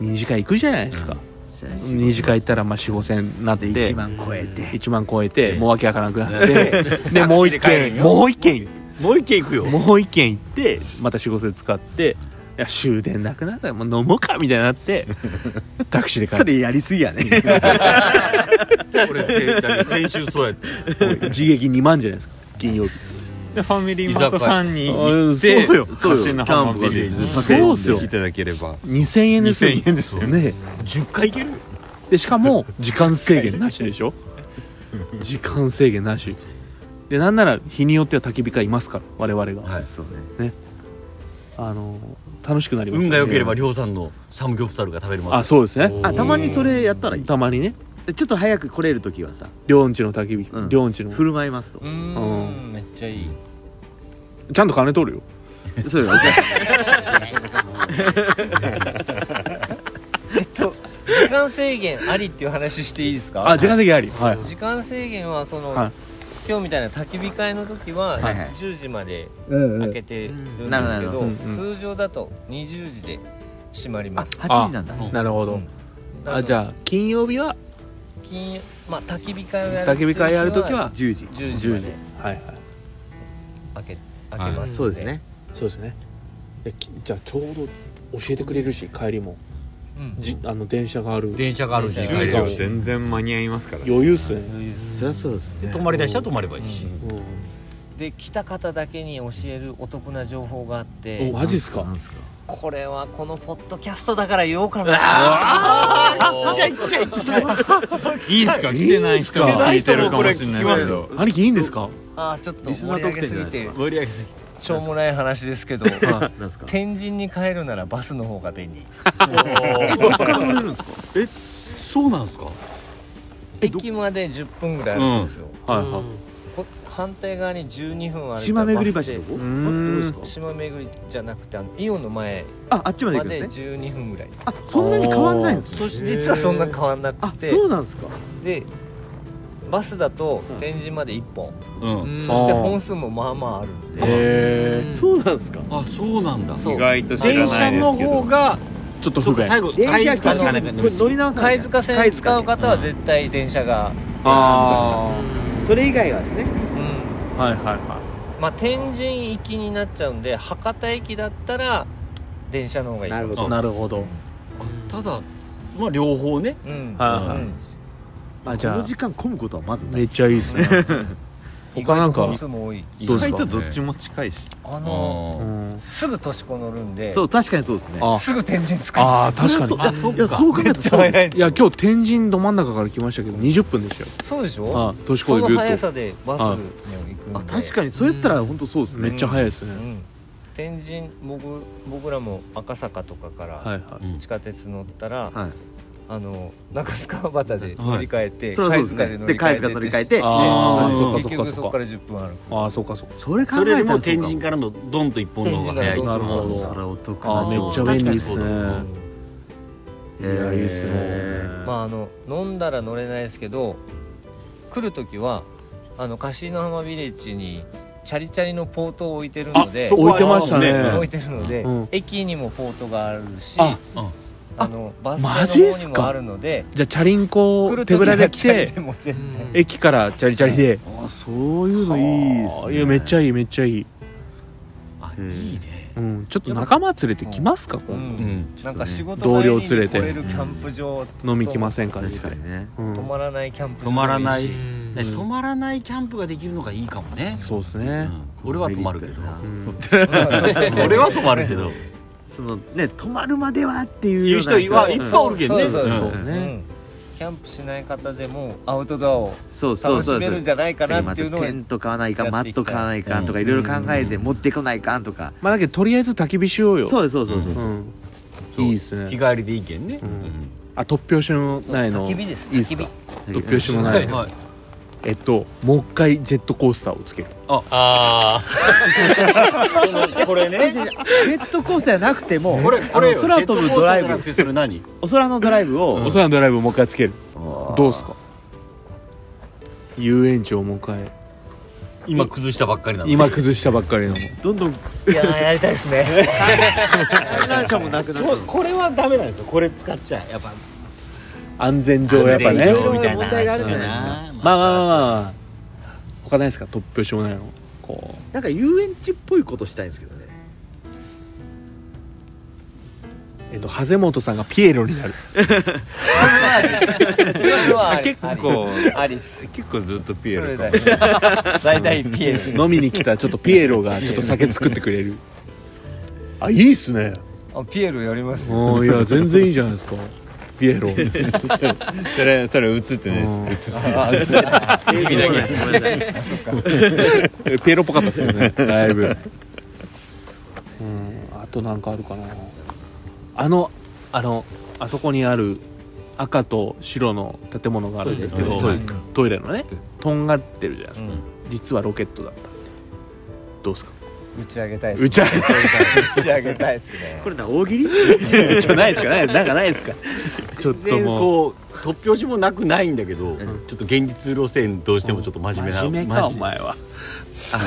[SPEAKER 1] 2次会行くじゃないですか2次会行ったらまあ45千になって
[SPEAKER 3] で1万超えて
[SPEAKER 1] 1万超えて
[SPEAKER 2] ええ
[SPEAKER 1] もう訳わからなくなって
[SPEAKER 2] え
[SPEAKER 1] でもう
[SPEAKER 2] タクシ
[SPEAKER 1] 1
[SPEAKER 2] ーで帰
[SPEAKER 1] 軒
[SPEAKER 2] るよ
[SPEAKER 1] もう一軒
[SPEAKER 2] もう一軒行くよ
[SPEAKER 1] もう一軒行ってまた45千使っていや終電なくなったらもう飲もうかみたいにな
[SPEAKER 2] [LAUGHS]
[SPEAKER 1] ってタクシーで帰
[SPEAKER 3] そ
[SPEAKER 1] る
[SPEAKER 3] れやりすぎやね
[SPEAKER 2] 俺せだって先週そうやって
[SPEAKER 1] 自撃2万じゃないですか金曜日
[SPEAKER 6] でファミリーマートさんに行っ
[SPEAKER 1] あ
[SPEAKER 6] て
[SPEAKER 1] そうよ
[SPEAKER 6] カシノハマビレッジ
[SPEAKER 1] そうよ
[SPEAKER 6] で来ていただければ
[SPEAKER 1] 2000円ですよ
[SPEAKER 6] 2000円ですよ
[SPEAKER 1] ね
[SPEAKER 2] 10回行けるよ
[SPEAKER 1] でしかも時間制限なしでしょ時間制限なしでなんなら日によっては焚き火会いますから我々が、
[SPEAKER 2] はい
[SPEAKER 3] そうね
[SPEAKER 1] あの楽しくなります
[SPEAKER 2] 運が良ければりょうさんのサムギョプサルが食べれます
[SPEAKER 1] あそうですね
[SPEAKER 3] あたまにそれやったらいい
[SPEAKER 1] たまにね
[SPEAKER 3] でちょっと早く来れる時はさ
[SPEAKER 1] 両んちの焚き火、
[SPEAKER 3] うん
[SPEAKER 1] 両んちの
[SPEAKER 3] 振る舞いますと
[SPEAKER 4] うーんめっちゃいい
[SPEAKER 1] ちゃんと金取るよ
[SPEAKER 3] そうよお母さん
[SPEAKER 4] えっと時間制限ありっていう話していいですか
[SPEAKER 1] あ時間制限ありはい
[SPEAKER 4] 時間制限はその、
[SPEAKER 1] はい
[SPEAKER 4] 今日みたいな焚き火会の時は
[SPEAKER 3] はいはい
[SPEAKER 4] 10時まで
[SPEAKER 1] うん
[SPEAKER 4] 開けてるんですけ
[SPEAKER 3] なるほどなる
[SPEAKER 4] ど,、
[SPEAKER 3] ほ
[SPEAKER 1] どうんうん
[SPEAKER 4] 通常だと20時で閉まります
[SPEAKER 3] 8時なんだ
[SPEAKER 1] なるほど、
[SPEAKER 4] なの
[SPEAKER 1] あ
[SPEAKER 4] で
[SPEAKER 1] じゃあ金曜日は
[SPEAKER 4] 金まあ焚き火会をやる
[SPEAKER 1] 焚き火会やるときは
[SPEAKER 3] 10時
[SPEAKER 4] 10時まで
[SPEAKER 1] はいはい
[SPEAKER 4] 開け開けますの
[SPEAKER 3] そうですね
[SPEAKER 1] そうですねできじゃあちょうど教えてくれるし帰りも
[SPEAKER 4] うん
[SPEAKER 1] じあの電車がある
[SPEAKER 2] 電車があるし
[SPEAKER 4] 電車
[SPEAKER 6] 10時は全然間に合いますから
[SPEAKER 1] 余裕っすね、
[SPEAKER 3] そりゃそうですね
[SPEAKER 2] 泊まりだしたら泊まればいいし、
[SPEAKER 4] で来た方だけに教えるお得な情報があって
[SPEAKER 1] マジっすか
[SPEAKER 4] これはこのポッドキャストだから言おうかな
[SPEAKER 6] はいいですか来てない人は聞いてるかもしれないけど
[SPEAKER 1] 兄貴いいんですか
[SPEAKER 4] あーちょっと
[SPEAKER 3] リスナ
[SPEAKER 4] 盛
[SPEAKER 3] ー
[SPEAKER 4] り上げ
[SPEAKER 3] 特典
[SPEAKER 4] す
[SPEAKER 3] じ
[SPEAKER 4] ぎ
[SPEAKER 3] ゃないです
[SPEAKER 4] て
[SPEAKER 3] か
[SPEAKER 2] 盛り上げて
[SPEAKER 4] しょうもない話ですけど
[SPEAKER 3] なんすか
[SPEAKER 4] 天神に帰るならバスの方が便利
[SPEAKER 2] そうなんですか
[SPEAKER 4] 駅まで10分ぐらいあるんですよ、
[SPEAKER 1] はいはい
[SPEAKER 4] こ反対側に12分歩い
[SPEAKER 3] 島
[SPEAKER 4] た
[SPEAKER 3] 巡り橋
[SPEAKER 4] バ
[SPEAKER 3] っ
[SPEAKER 4] ス停
[SPEAKER 3] てどこ
[SPEAKER 1] う
[SPEAKER 3] あど
[SPEAKER 1] ー
[SPEAKER 3] こ
[SPEAKER 1] ん
[SPEAKER 3] ですか
[SPEAKER 4] 島巡りじゃなくてあのイオンの前
[SPEAKER 3] ああっちまで
[SPEAKER 4] ま
[SPEAKER 3] 行くん
[SPEAKER 4] で
[SPEAKER 3] ですね
[SPEAKER 4] 12分ぐらい
[SPEAKER 3] あそんなに変わんないんですね
[SPEAKER 4] 実はそんな変わんな
[SPEAKER 3] あ
[SPEAKER 4] くて
[SPEAKER 3] そうなんですか
[SPEAKER 4] でバスだと天神まで1本、
[SPEAKER 2] うん
[SPEAKER 4] そして本数もまあまああるんで、
[SPEAKER 1] へえ
[SPEAKER 3] そうなんですか
[SPEAKER 2] あそうなんだ
[SPEAKER 4] そう
[SPEAKER 6] 意外と知
[SPEAKER 2] 電
[SPEAKER 6] らな
[SPEAKER 2] 車
[SPEAKER 6] いで
[SPEAKER 2] の
[SPEAKER 6] すけ
[SPEAKER 2] 方
[SPEAKER 6] ど
[SPEAKER 2] が
[SPEAKER 1] ちょっと
[SPEAKER 2] そ
[SPEAKER 1] 不
[SPEAKER 2] うか
[SPEAKER 1] 便
[SPEAKER 2] 最後
[SPEAKER 3] 電車
[SPEAKER 2] 帰りから
[SPEAKER 4] あ
[SPEAKER 2] ね
[SPEAKER 3] これ乗り直さな
[SPEAKER 4] 貝
[SPEAKER 3] い
[SPEAKER 4] 塚線使う方は絶対電車が、
[SPEAKER 1] あ
[SPEAKER 3] それ以外はですね
[SPEAKER 4] うん
[SPEAKER 1] あはいはいは
[SPEAKER 4] まあ天神行きになっちゃうんで博多駅だったら電車の方がいい
[SPEAKER 3] なるほ
[SPEAKER 1] い
[SPEAKER 3] ど
[SPEAKER 1] なるほど
[SPEAKER 2] ただまあ両方ね
[SPEAKER 4] うん
[SPEAKER 1] はいはい
[SPEAKER 4] うん
[SPEAKER 3] あ
[SPEAKER 1] じゃあ
[SPEAKER 3] この時間混むことはまずない
[SPEAKER 1] めっちゃいいっすね他なんか
[SPEAKER 4] 本数も多い
[SPEAKER 2] 意
[SPEAKER 1] どうです
[SPEAKER 2] 外
[SPEAKER 1] か
[SPEAKER 2] とどっちも
[SPEAKER 6] も近いし
[SPEAKER 4] あの
[SPEAKER 2] あ
[SPEAKER 1] うん
[SPEAKER 4] すぐ年子乗るんで
[SPEAKER 3] そう確かにそうですね
[SPEAKER 1] あ
[SPEAKER 4] すぐ天神着く
[SPEAKER 1] あー
[SPEAKER 3] それは
[SPEAKER 1] 確
[SPEAKER 2] かに
[SPEAKER 3] そう
[SPEAKER 2] あ
[SPEAKER 3] いや
[SPEAKER 2] そ
[SPEAKER 3] そう考える
[SPEAKER 4] [LAUGHS]
[SPEAKER 3] とそう
[SPEAKER 4] 早い
[SPEAKER 1] いや今日天神ど真ん中から来ましたけど20分でしたよ
[SPEAKER 4] そうでし
[SPEAKER 1] あ
[SPEAKER 4] ょ
[SPEAKER 1] あ年越え
[SPEAKER 4] そ
[SPEAKER 1] ビ
[SPEAKER 4] の
[SPEAKER 1] ュー
[SPEAKER 4] 速
[SPEAKER 1] ト
[SPEAKER 4] さでバスに行くんで
[SPEAKER 3] あ確かにそれやったら本当そうです
[SPEAKER 1] め
[SPEAKER 3] ね
[SPEAKER 1] っちゃ早いです
[SPEAKER 4] う
[SPEAKER 1] ね
[SPEAKER 4] ん天神僕僕らも赤坂とかか
[SPEAKER 1] は
[SPEAKER 4] ら
[SPEAKER 1] いは
[SPEAKER 4] 地下鉄乗ったら
[SPEAKER 3] はい
[SPEAKER 4] あの中須川端で乗り換えて
[SPEAKER 3] それはそうです
[SPEAKER 4] 塚
[SPEAKER 3] ねで貝塚乗り換えて
[SPEAKER 1] いああ
[SPEAKER 2] ね
[SPEAKER 1] そっかそ
[SPEAKER 4] 結
[SPEAKER 1] っか
[SPEAKER 4] 局そ
[SPEAKER 1] そ
[SPEAKER 4] こ
[SPEAKER 1] っ
[SPEAKER 4] か
[SPEAKER 1] から
[SPEAKER 4] 10分歩く
[SPEAKER 1] ああそっかそっか
[SPEAKER 3] それ考
[SPEAKER 2] それよ
[SPEAKER 3] え
[SPEAKER 2] り
[SPEAKER 3] た
[SPEAKER 2] も
[SPEAKER 3] らそう
[SPEAKER 2] 天
[SPEAKER 3] か
[SPEAKER 2] 神
[SPEAKER 3] も
[SPEAKER 2] からのドンと一本の方が
[SPEAKER 4] 天
[SPEAKER 2] 早い
[SPEAKER 4] 神から
[SPEAKER 1] なるほど
[SPEAKER 3] それお得
[SPEAKER 1] あ
[SPEAKER 3] な
[SPEAKER 1] ー
[SPEAKER 3] 情
[SPEAKER 1] め
[SPEAKER 3] 報
[SPEAKER 1] っちゃ便利っすねい
[SPEAKER 3] 確かにそうだ
[SPEAKER 1] やいいっすね
[SPEAKER 3] へ
[SPEAKER 4] まああの飲んだら乗れないですけど来る時はあのカシノ浜ビレッジにチャリチャリのポートを置いてるので
[SPEAKER 1] 置いてましたね
[SPEAKER 4] 置いてるので、
[SPEAKER 1] うん
[SPEAKER 4] 駅にもポートがあるし
[SPEAKER 1] あ
[SPEAKER 4] あ
[SPEAKER 2] うん
[SPEAKER 4] のバ
[SPEAKER 1] マ
[SPEAKER 4] ス
[SPEAKER 1] ジ
[SPEAKER 4] 停
[SPEAKER 1] っ
[SPEAKER 4] の
[SPEAKER 1] すか
[SPEAKER 4] 方にもあるので
[SPEAKER 1] じゃあチャリンコ
[SPEAKER 4] 来
[SPEAKER 1] を
[SPEAKER 4] る
[SPEAKER 1] 手
[SPEAKER 4] 時
[SPEAKER 1] ぶらで
[SPEAKER 4] は
[SPEAKER 1] 来
[SPEAKER 4] チャリ
[SPEAKER 1] て
[SPEAKER 4] でも全然
[SPEAKER 1] 駅からチャリチャリで
[SPEAKER 3] あそういうのいいです
[SPEAKER 1] あ
[SPEAKER 3] ね
[SPEAKER 1] いやめっち
[SPEAKER 3] ゃ
[SPEAKER 1] ゃいいめっちゃいい
[SPEAKER 2] あいいね
[SPEAKER 1] うんちょっと仲間連れてきますか今
[SPEAKER 4] うん
[SPEAKER 2] うんちょ
[SPEAKER 4] な
[SPEAKER 2] っ
[SPEAKER 4] ん
[SPEAKER 2] とね
[SPEAKER 4] か仕事
[SPEAKER 1] 同
[SPEAKER 4] 帰り
[SPEAKER 1] 僚
[SPEAKER 4] に来
[SPEAKER 1] 連れ
[SPEAKER 4] れ
[SPEAKER 1] て
[SPEAKER 4] るキャンプ場
[SPEAKER 1] 度飲み来ませんかね
[SPEAKER 3] 確かにね
[SPEAKER 1] うん
[SPEAKER 4] 泊まらないキャンプ場
[SPEAKER 2] 止まらな
[SPEAKER 4] も
[SPEAKER 2] い
[SPEAKER 4] し
[SPEAKER 2] ね止まらないキャンプができるのがいいかもね
[SPEAKER 1] そうです
[SPEAKER 2] う
[SPEAKER 1] ね
[SPEAKER 2] ん俺は止まるけど
[SPEAKER 1] うん
[SPEAKER 2] 俺は止まるけど
[SPEAKER 3] そのね止まるまではっていう
[SPEAKER 2] 言
[SPEAKER 3] よ
[SPEAKER 2] う
[SPEAKER 3] うな
[SPEAKER 2] 人はいっぱいおるけどね
[SPEAKER 4] そうそう
[SPEAKER 1] そう
[SPEAKER 4] う
[SPEAKER 1] ね
[SPEAKER 4] んキャンプしない方でもアウトドアを
[SPEAKER 3] そうそう
[SPEAKER 4] 楽し
[SPEAKER 3] そう
[SPEAKER 4] め
[SPEAKER 3] そう
[SPEAKER 4] るんじゃないかなっていうのを
[SPEAKER 3] テント買わないか
[SPEAKER 4] や
[SPEAKER 3] マ
[SPEAKER 4] って
[SPEAKER 3] ッ
[SPEAKER 4] いきた
[SPEAKER 3] ト
[SPEAKER 4] い
[SPEAKER 3] 買わないかとかいろいろ考えて持ってこないかとか
[SPEAKER 1] まあだけどとりあえず焚き火しようよ
[SPEAKER 3] そう
[SPEAKER 1] う
[SPEAKER 3] ですそうですそうです
[SPEAKER 1] んいいっす
[SPEAKER 2] うん日
[SPEAKER 1] ね
[SPEAKER 2] 帰りでいいけんねうん
[SPEAKER 1] あ突拍子もないの
[SPEAKER 4] 焚き火です
[SPEAKER 1] いいっすか
[SPEAKER 4] 焚き
[SPEAKER 1] 突拍子もないの
[SPEAKER 2] はい
[SPEAKER 1] えっともう一回ジェットコースターをつける
[SPEAKER 5] あ
[SPEAKER 2] これ
[SPEAKER 6] [LAUGHS]
[SPEAKER 2] ね
[SPEAKER 3] ジェットコースターじゃなくても
[SPEAKER 2] これこれ
[SPEAKER 3] あの空飛ぶドライ
[SPEAKER 2] ジェットコースターじゃなく
[SPEAKER 3] ブ
[SPEAKER 2] てそれ何
[SPEAKER 3] お空のドライブ
[SPEAKER 1] お
[SPEAKER 3] を
[SPEAKER 1] 空のドライブをもう一回つけるどうっすか遊園地をもう一回
[SPEAKER 2] 今崩したばっかりなの
[SPEAKER 1] 今崩したばっかりの
[SPEAKER 3] どんどん
[SPEAKER 4] いやーやりたいで
[SPEAKER 1] [LAUGHS]
[SPEAKER 4] すね
[SPEAKER 3] 観覧車もなくなっ
[SPEAKER 2] そうこれはダメなんですよこれ使っちゃやっぱ
[SPEAKER 1] 安全上やっぱね
[SPEAKER 2] 安全上みたいな
[SPEAKER 3] 問題があるじゃないです
[SPEAKER 2] な
[SPEAKER 1] まあまあまあまあ他ないですか突拍子もないのこう
[SPEAKER 3] なんか遊園地っぽいことしたいんですけどね
[SPEAKER 1] えっと長谷本さんがピエロになる
[SPEAKER 4] それは
[SPEAKER 6] 結構
[SPEAKER 4] アリス
[SPEAKER 6] 結構ずっとピエ
[SPEAKER 4] そ
[SPEAKER 6] ロ
[SPEAKER 4] れ
[SPEAKER 6] か
[SPEAKER 4] だ
[SPEAKER 6] も
[SPEAKER 4] よ大体ピエロ
[SPEAKER 1] 飲みに来たちょっとピエロがちょっと酒作ってくれるあいいっすね
[SPEAKER 4] あピエロやりますよ
[SPEAKER 1] うんいや全然いいじゃないですかピエロ
[SPEAKER 6] それそれ映ってないです
[SPEAKER 1] ピエロっぽかったですよねだいぶうんあとなんかあるかなあのあのあそこにある赤と白の建物があるんですけど
[SPEAKER 2] トイレ
[SPEAKER 1] トイレのねとんがってるじゃないです
[SPEAKER 4] う
[SPEAKER 1] か、
[SPEAKER 4] ん
[SPEAKER 1] 実はロケットだったどうですか
[SPEAKER 4] 打ち上げたいっす
[SPEAKER 1] 打ち上げ
[SPEAKER 4] 打ち上げたいっす
[SPEAKER 1] [LAUGHS]
[SPEAKER 4] ね
[SPEAKER 3] これな大喜利
[SPEAKER 1] じゃないですかねなんかないですかちょっと
[SPEAKER 2] 全然
[SPEAKER 1] もう
[SPEAKER 2] こう突拍子もなくないんだけど、ちょっと現実路線どうしてもちょっと真面目な、
[SPEAKER 1] 真面目かお
[SPEAKER 2] 真
[SPEAKER 1] 前は
[SPEAKER 2] あの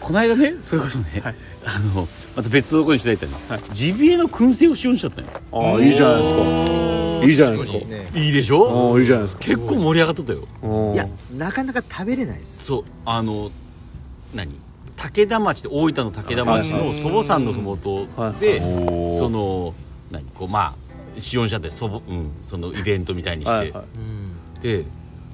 [SPEAKER 2] この間ねそれこそね、あのまた別のとこに取材行ったの、ジビエの燻製を使用しちゃったのよ
[SPEAKER 1] ああいいじゃないですかいいじゃないです
[SPEAKER 4] いい
[SPEAKER 1] か
[SPEAKER 4] っすね
[SPEAKER 2] いいでし
[SPEAKER 1] あ
[SPEAKER 2] ょ
[SPEAKER 1] あいいじゃないですか
[SPEAKER 2] 結構盛り上がっとったよ
[SPEAKER 1] うん
[SPEAKER 3] いやなかなか食べれないです
[SPEAKER 2] そうあの何武田町って大分の武田町の祖母さんの麓
[SPEAKER 1] はい
[SPEAKER 2] で、
[SPEAKER 6] おー
[SPEAKER 2] その何こうまあ使用者で祖母、うん、そのイベントみたいにして、
[SPEAKER 1] はいはい
[SPEAKER 2] で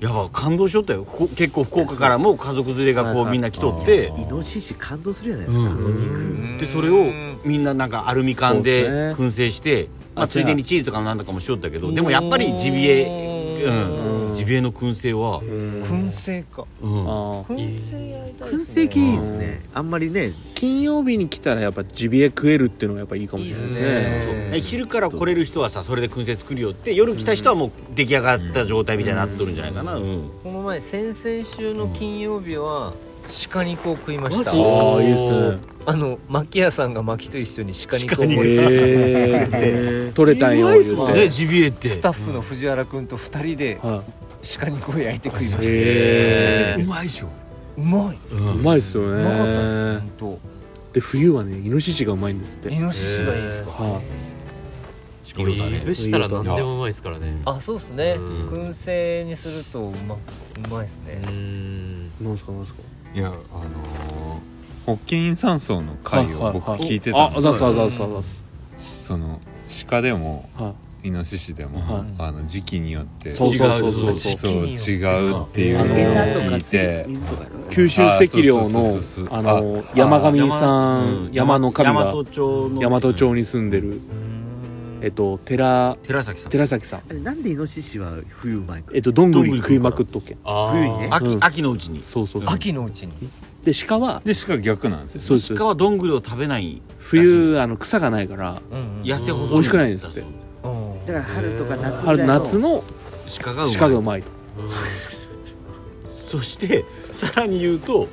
[SPEAKER 2] やば感動しとったよここ結構福岡からも家族連れがこうみんな来とって、
[SPEAKER 3] イノシシ感動するじゃないですか、あの肉
[SPEAKER 2] でそれをみんななんかアルミ缶
[SPEAKER 1] そう
[SPEAKER 2] で
[SPEAKER 1] っす
[SPEAKER 2] 燻製して、まあ、ついでにチーズとかもなんだかもしとったけどでもやっぱりジビエ、うん、ジビエの燻製は、
[SPEAKER 4] 燻製か
[SPEAKER 2] うん
[SPEAKER 1] ああ
[SPEAKER 4] 燻製やりたいっすね
[SPEAKER 3] 燻製系いいですねあんまりね
[SPEAKER 1] 金曜日に来たらやっぱジビエ食えるっていうのがやっぱいいかもしれないですね
[SPEAKER 4] いいっすね
[SPEAKER 2] そうえ昼から来れる人はさそれで燻製作るよって夜来た人はもう出来上がった状態みたいになっとるんじゃないかな、うん
[SPEAKER 4] この前先々週の金曜日は鹿肉を食いました
[SPEAKER 1] ああいいですね
[SPEAKER 4] あの巻屋さんが巻と一緒に鹿肉を
[SPEAKER 2] 鹿肉
[SPEAKER 4] 盛り
[SPEAKER 1] ええ取れたんよ言う
[SPEAKER 2] ね
[SPEAKER 1] て
[SPEAKER 2] ジビエって
[SPEAKER 4] スタッフの藤原君と二人で
[SPEAKER 1] はい
[SPEAKER 4] 鹿肉を焼いて食いました
[SPEAKER 1] へえ
[SPEAKER 2] うまいでしょ、
[SPEAKER 4] うまいう
[SPEAKER 1] うんまいっすよ
[SPEAKER 4] うまかったっ
[SPEAKER 1] ね
[SPEAKER 4] す本
[SPEAKER 1] で冬はねイノシシがうまいんですって
[SPEAKER 4] 当。イノシシがいいんですか
[SPEAKER 1] は
[SPEAKER 5] し
[SPEAKER 2] かもいいね
[SPEAKER 5] したら何でもうまいですからね
[SPEAKER 4] あそうですね
[SPEAKER 5] うん
[SPEAKER 4] 燻製にするとうまうまいですね
[SPEAKER 5] うん
[SPEAKER 1] いなんすかなんすか
[SPEAKER 6] いやあのー、ホッケイン山荘の回を僕聞いてた
[SPEAKER 1] あ
[SPEAKER 6] ん
[SPEAKER 1] あ
[SPEAKER 6] で
[SPEAKER 1] ざっ
[SPEAKER 6] す
[SPEAKER 1] すあざっすあざっす
[SPEAKER 6] その鹿でも
[SPEAKER 1] は
[SPEAKER 6] イノシシでも、
[SPEAKER 1] はい
[SPEAKER 6] あの時期によって
[SPEAKER 1] そうそうそう
[SPEAKER 2] 違う
[SPEAKER 1] そう
[SPEAKER 2] 時
[SPEAKER 1] そう
[SPEAKER 6] そう違うっていうのを
[SPEAKER 3] 餌とか
[SPEAKER 6] 聞いて
[SPEAKER 3] 水とかね
[SPEAKER 1] 九州赤量
[SPEAKER 6] あ
[SPEAKER 1] の
[SPEAKER 6] そうそうそうそう
[SPEAKER 1] あの山上さ
[SPEAKER 2] うん
[SPEAKER 1] 山の神が
[SPEAKER 2] 大和町の
[SPEAKER 1] 大和町に住んでるえっと寺
[SPEAKER 2] 寺崎さん
[SPEAKER 1] 寺崎さん
[SPEAKER 3] あれなんでイノシシは冬うまいか
[SPEAKER 1] えっとどんぐり食いまくっとけ
[SPEAKER 5] あ
[SPEAKER 3] 冬にね
[SPEAKER 2] 秋,、
[SPEAKER 1] うん
[SPEAKER 2] 秋のうちに
[SPEAKER 1] そうそうそう
[SPEAKER 4] 秋のうちに
[SPEAKER 1] で鹿は
[SPEAKER 6] でしか逆なんですよね
[SPEAKER 1] そうです
[SPEAKER 2] 鹿はどんぐりを食べない
[SPEAKER 1] 冬あの草がないから
[SPEAKER 4] うん
[SPEAKER 2] 痩せ細
[SPEAKER 1] 美味しくないんですって
[SPEAKER 4] うん
[SPEAKER 3] だから春とか夏ぐら
[SPEAKER 1] 春
[SPEAKER 3] いの
[SPEAKER 1] 夏の
[SPEAKER 2] 鹿がうまい
[SPEAKER 1] 鹿がうまいと
[SPEAKER 2] そしてさらに言うと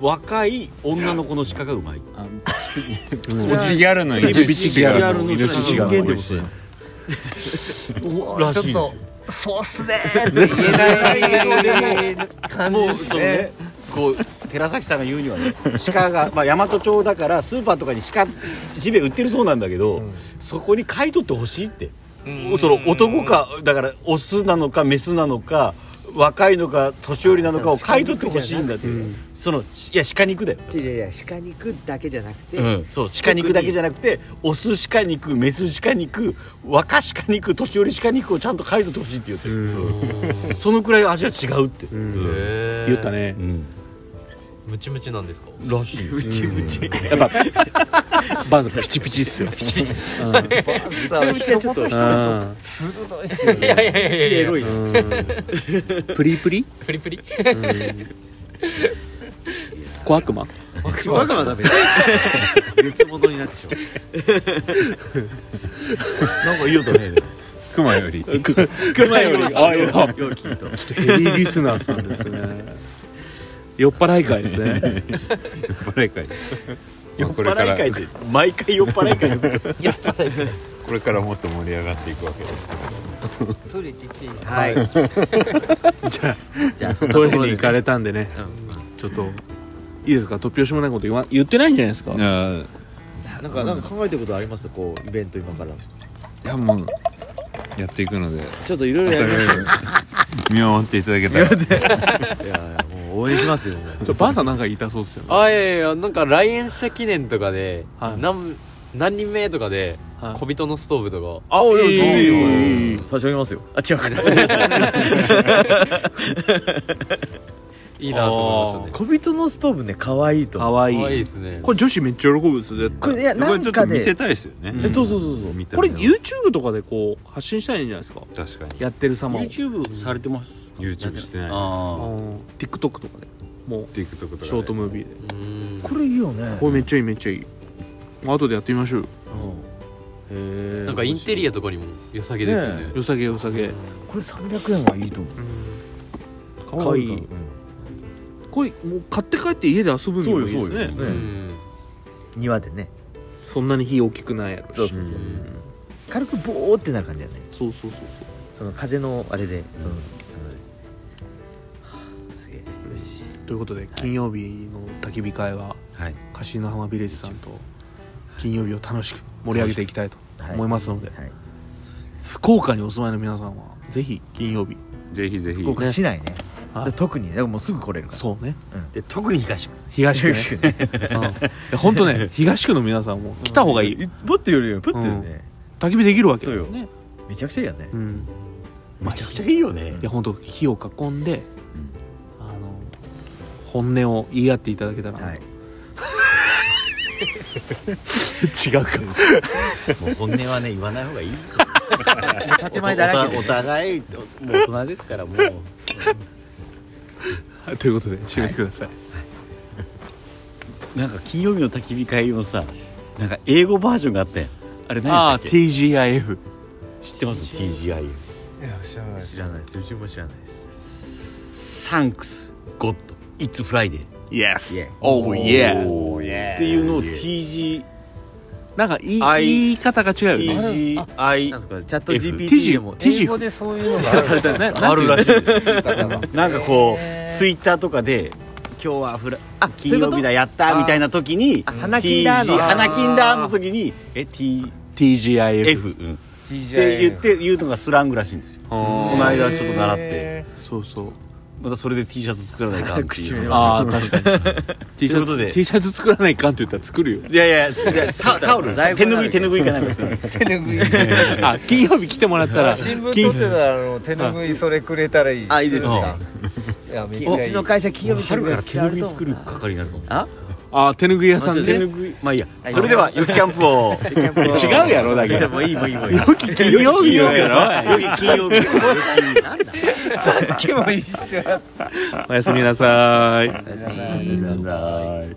[SPEAKER 2] 若い女の子の鹿がうまい
[SPEAKER 6] おじギャルのイノ
[SPEAKER 1] ジビ
[SPEAKER 6] シ
[SPEAKER 1] チ
[SPEAKER 6] シ
[SPEAKER 1] ギ
[SPEAKER 6] が
[SPEAKER 1] ャルのイノシシがうまい
[SPEAKER 4] う
[SPEAKER 2] ら
[SPEAKER 4] わ
[SPEAKER 2] し
[SPEAKER 4] ちょっ
[SPEAKER 2] いです
[SPEAKER 4] とそうっすねーって言えない英語で感じ
[SPEAKER 2] もう
[SPEAKER 4] で
[SPEAKER 2] そ
[SPEAKER 4] す
[SPEAKER 2] のね
[SPEAKER 4] ね
[SPEAKER 2] こう寺崎さんが言うにはね鹿が、まあ、大和町だからスーパーとかに鹿ジビエ売ってるそうなんだけど、そこに買い取ってほしいって、その男かだからオスなのかメスなのか若いのか年寄りなのかを買い取ってほしいんだって、そのいや鹿肉だよ、
[SPEAKER 3] いやいや鹿肉だけじゃなくて、
[SPEAKER 2] うん、そう鹿肉だけじゃなくてオス鹿肉メス鹿肉若鹿肉年寄り鹿肉をちゃんと買い取ってほしいって言ってるそのくらい味は違うって、うん
[SPEAKER 5] へえ
[SPEAKER 1] 言ったね
[SPEAKER 2] うん
[SPEAKER 5] ムチムチなんですから
[SPEAKER 2] しい。
[SPEAKER 1] やっぱバンズピチ [LAUGHS] ピチっすよ
[SPEAKER 4] さあ
[SPEAKER 3] ちょっと
[SPEAKER 1] うん
[SPEAKER 4] 鋭いっすよ
[SPEAKER 5] いやいやいやいや
[SPEAKER 4] [LAUGHS]
[SPEAKER 3] エロいね
[SPEAKER 1] プリプリ
[SPEAKER 5] プリプリ
[SPEAKER 1] 小悪魔
[SPEAKER 3] バカはダメだ別物になっちゃう
[SPEAKER 2] なんかいい音ね。
[SPEAKER 6] 熊より
[SPEAKER 1] 熊よりあいやち [LAUGHS] ょっ
[SPEAKER 3] 容器と
[SPEAKER 1] とヘビーリスナーさんですね酔っ払い会です [LAUGHS] ね
[SPEAKER 6] バレ会
[SPEAKER 2] 酔っ
[SPEAKER 6] これか
[SPEAKER 2] 払
[SPEAKER 6] ら
[SPEAKER 2] い会で毎回酔っ払い会で。
[SPEAKER 6] これからもっと盛り上がっていくわけですけど
[SPEAKER 4] トイレ行ってきていいですか
[SPEAKER 3] はい [LAUGHS]
[SPEAKER 1] じゃ
[SPEAKER 3] じゃあそ
[SPEAKER 1] あ
[SPEAKER 3] んなと
[SPEAKER 1] ト
[SPEAKER 3] こ
[SPEAKER 1] イレ
[SPEAKER 3] ろ
[SPEAKER 1] に行
[SPEAKER 3] で
[SPEAKER 1] かれたんでねちょっといいですか突拍子もないこと言わ言ってないんじゃないですか
[SPEAKER 6] あ
[SPEAKER 3] なんかなんか考えてることありますこうイベント今から
[SPEAKER 6] ーいやもうやっていくので
[SPEAKER 3] ちょっといろいろやりましょう
[SPEAKER 6] 見守っていただけたら
[SPEAKER 3] いやいやもう応援しますよもう
[SPEAKER 1] ちょばあさんなんか言いたそうっすよね
[SPEAKER 5] あいやいやなんか来園者記念とかで、
[SPEAKER 1] はい
[SPEAKER 5] なん何人目とかで、
[SPEAKER 1] はい
[SPEAKER 5] 小人のストーブとか
[SPEAKER 1] あいや全然いいよ
[SPEAKER 3] 差し上げますよあ違うか
[SPEAKER 5] いいなと思いまし
[SPEAKER 3] [LAUGHS] 小人のストーブね可愛いと
[SPEAKER 1] か
[SPEAKER 3] 思う
[SPEAKER 1] わ
[SPEAKER 5] た
[SPEAKER 1] い
[SPEAKER 5] ね可愛い
[SPEAKER 1] い
[SPEAKER 5] ですね
[SPEAKER 1] これ女子めっちゃ喜ぶっすよ
[SPEAKER 3] これいやなん
[SPEAKER 6] ちょっ
[SPEAKER 3] か
[SPEAKER 6] と見
[SPEAKER 3] で
[SPEAKER 6] せたいですよね、
[SPEAKER 1] えそうそうそうそう
[SPEAKER 6] 見た
[SPEAKER 1] これ
[SPEAKER 6] 目は
[SPEAKER 1] YouTube とかでこう発信したらいいんじゃないですか
[SPEAKER 6] 確かに
[SPEAKER 1] やってる様を
[SPEAKER 2] YouTube されてます。
[SPEAKER 6] YouTube してない
[SPEAKER 1] あ
[SPEAKER 2] あ
[SPEAKER 1] ー TikTok とかでもう
[SPEAKER 6] TikTok とかで
[SPEAKER 1] ショートムービーで
[SPEAKER 5] うん
[SPEAKER 3] これいいよね
[SPEAKER 1] これめっちゃいいめっちゃいい後でやってみましょうへ
[SPEAKER 5] ななんかインテリアとかにも良さげですよね
[SPEAKER 1] よさげよさげ
[SPEAKER 3] これ300円はいいと思
[SPEAKER 1] か
[SPEAKER 3] うかわいい、
[SPEAKER 1] これもう買って帰って家で遊ぶにもいいですね
[SPEAKER 3] そうよそうよ
[SPEAKER 5] う
[SPEAKER 3] うん
[SPEAKER 5] ん
[SPEAKER 3] 庭でね
[SPEAKER 1] そんなに火大きくないやろし
[SPEAKER 3] そうそうそう
[SPEAKER 5] うん
[SPEAKER 3] 軽くボーってなる感じじゃない
[SPEAKER 1] そうそうそう
[SPEAKER 3] その風のあれでその、あのすげえ嬉しい
[SPEAKER 1] そうということで金曜日の焚き火会は
[SPEAKER 2] はい
[SPEAKER 1] カシノ浜ビレッジさんと金曜日を楽しく盛り上げていきたいと
[SPEAKER 3] はい
[SPEAKER 1] 思いますので
[SPEAKER 3] はい
[SPEAKER 1] 福岡にお住まいの皆さんはぜひ金曜日
[SPEAKER 8] ぜひぜひ
[SPEAKER 3] 福岡市内ね
[SPEAKER 1] はい
[SPEAKER 3] で特にねだからもうすぐ来れるから
[SPEAKER 1] そうね
[SPEAKER 2] で特に東区
[SPEAKER 1] 東区ね
[SPEAKER 3] 東区ね
[SPEAKER 1] うんいや本当ね東区の皆さんも来た方がいい
[SPEAKER 3] もっとよりよプッてよりね、
[SPEAKER 1] 焚き火できるわけ
[SPEAKER 3] そうよ
[SPEAKER 1] ね
[SPEAKER 3] めちゃくちゃいいやんね
[SPEAKER 1] うん
[SPEAKER 2] めちゃくちゃいいよね
[SPEAKER 1] いや本当火を囲んで、あの本音を言い合っていただけたら、
[SPEAKER 3] はい
[SPEAKER 2] 違うかもう本音はね言わない方がいい [LAUGHS] よ
[SPEAKER 3] 建前だら
[SPEAKER 2] お
[SPEAKER 3] けで
[SPEAKER 2] お互いもう大人ですからもう
[SPEAKER 1] はい [LAUGHS] ということで締めてください、
[SPEAKER 2] なんか金曜日の焚き火会のさなんか英語バージョンがあったやんあれ
[SPEAKER 1] あ
[SPEAKER 2] 何や
[SPEAKER 1] あ
[SPEAKER 2] ったっけ
[SPEAKER 1] TGIF
[SPEAKER 2] 知ってます TGI
[SPEAKER 3] 知らないですうちも知らないです
[SPEAKER 2] サンクスゴッド It's Friday
[SPEAKER 1] Yes
[SPEAKER 3] Yeah
[SPEAKER 1] Oh yeah
[SPEAKER 2] っていうのを TG
[SPEAKER 1] なんかい
[SPEAKER 2] I-
[SPEAKER 1] 言い方が違うよね
[SPEAKER 2] TGI
[SPEAKER 3] なんすかチャット
[SPEAKER 2] F
[SPEAKER 3] GPT でも
[SPEAKER 1] TG
[SPEAKER 4] 英語でそういうのがある
[SPEAKER 1] ななんていう
[SPEAKER 2] あるらしいですなんかこうツイッターとかで今日はフラあ金曜日だやったみたいな時に
[SPEAKER 3] あ花金だの
[SPEAKER 2] TG 花金だの時にえ TF
[SPEAKER 1] TGIF
[SPEAKER 2] うんっ
[SPEAKER 4] TGIF
[SPEAKER 2] て言って言うのがスラングらしいんですよこの間ちょっと習って
[SPEAKER 4] へ
[SPEAKER 1] そうそう
[SPEAKER 2] またそれで T シャツ作らないかんっていう
[SPEAKER 1] ああ確かに T シ
[SPEAKER 2] とい
[SPEAKER 1] ャ
[SPEAKER 2] うこと
[SPEAKER 1] ツ
[SPEAKER 2] で
[SPEAKER 1] T シャツ作らないかんって言ったら作るよ
[SPEAKER 2] いやい [LAUGHS] やいやタタオル手拭い手拭いかなんか作る
[SPEAKER 4] ー手ぬぐい
[SPEAKER 1] あ金曜日来てもらったら
[SPEAKER 4] 新聞取ってたらあの手ぬぐいそれくれたらいい
[SPEAKER 3] あいいです
[SPEAKER 2] ね
[SPEAKER 4] いやめっち
[SPEAKER 3] う
[SPEAKER 4] ゃい
[SPEAKER 3] ち
[SPEAKER 4] い
[SPEAKER 3] の会社金曜日
[SPEAKER 2] 春から手
[SPEAKER 3] や
[SPEAKER 2] 拭
[SPEAKER 3] る
[SPEAKER 2] い
[SPEAKER 3] と
[SPEAKER 2] 作る係になるかも
[SPEAKER 3] あ
[SPEAKER 1] ああ手ぬぐい屋さん
[SPEAKER 2] 手
[SPEAKER 1] で
[SPEAKER 2] 拭いまあいいやそれではよきキャンプ [LAUGHS] を
[SPEAKER 3] 네,
[SPEAKER 1] 違うやろだけど
[SPEAKER 3] もういいもういいもういい
[SPEAKER 1] 金曜日やろ
[SPEAKER 2] よき金曜 [LAUGHS] 日
[SPEAKER 4] さっきも一緒やった
[SPEAKER 1] おやすみなさい
[SPEAKER 3] 네,おやすみなさい
[SPEAKER 8] はい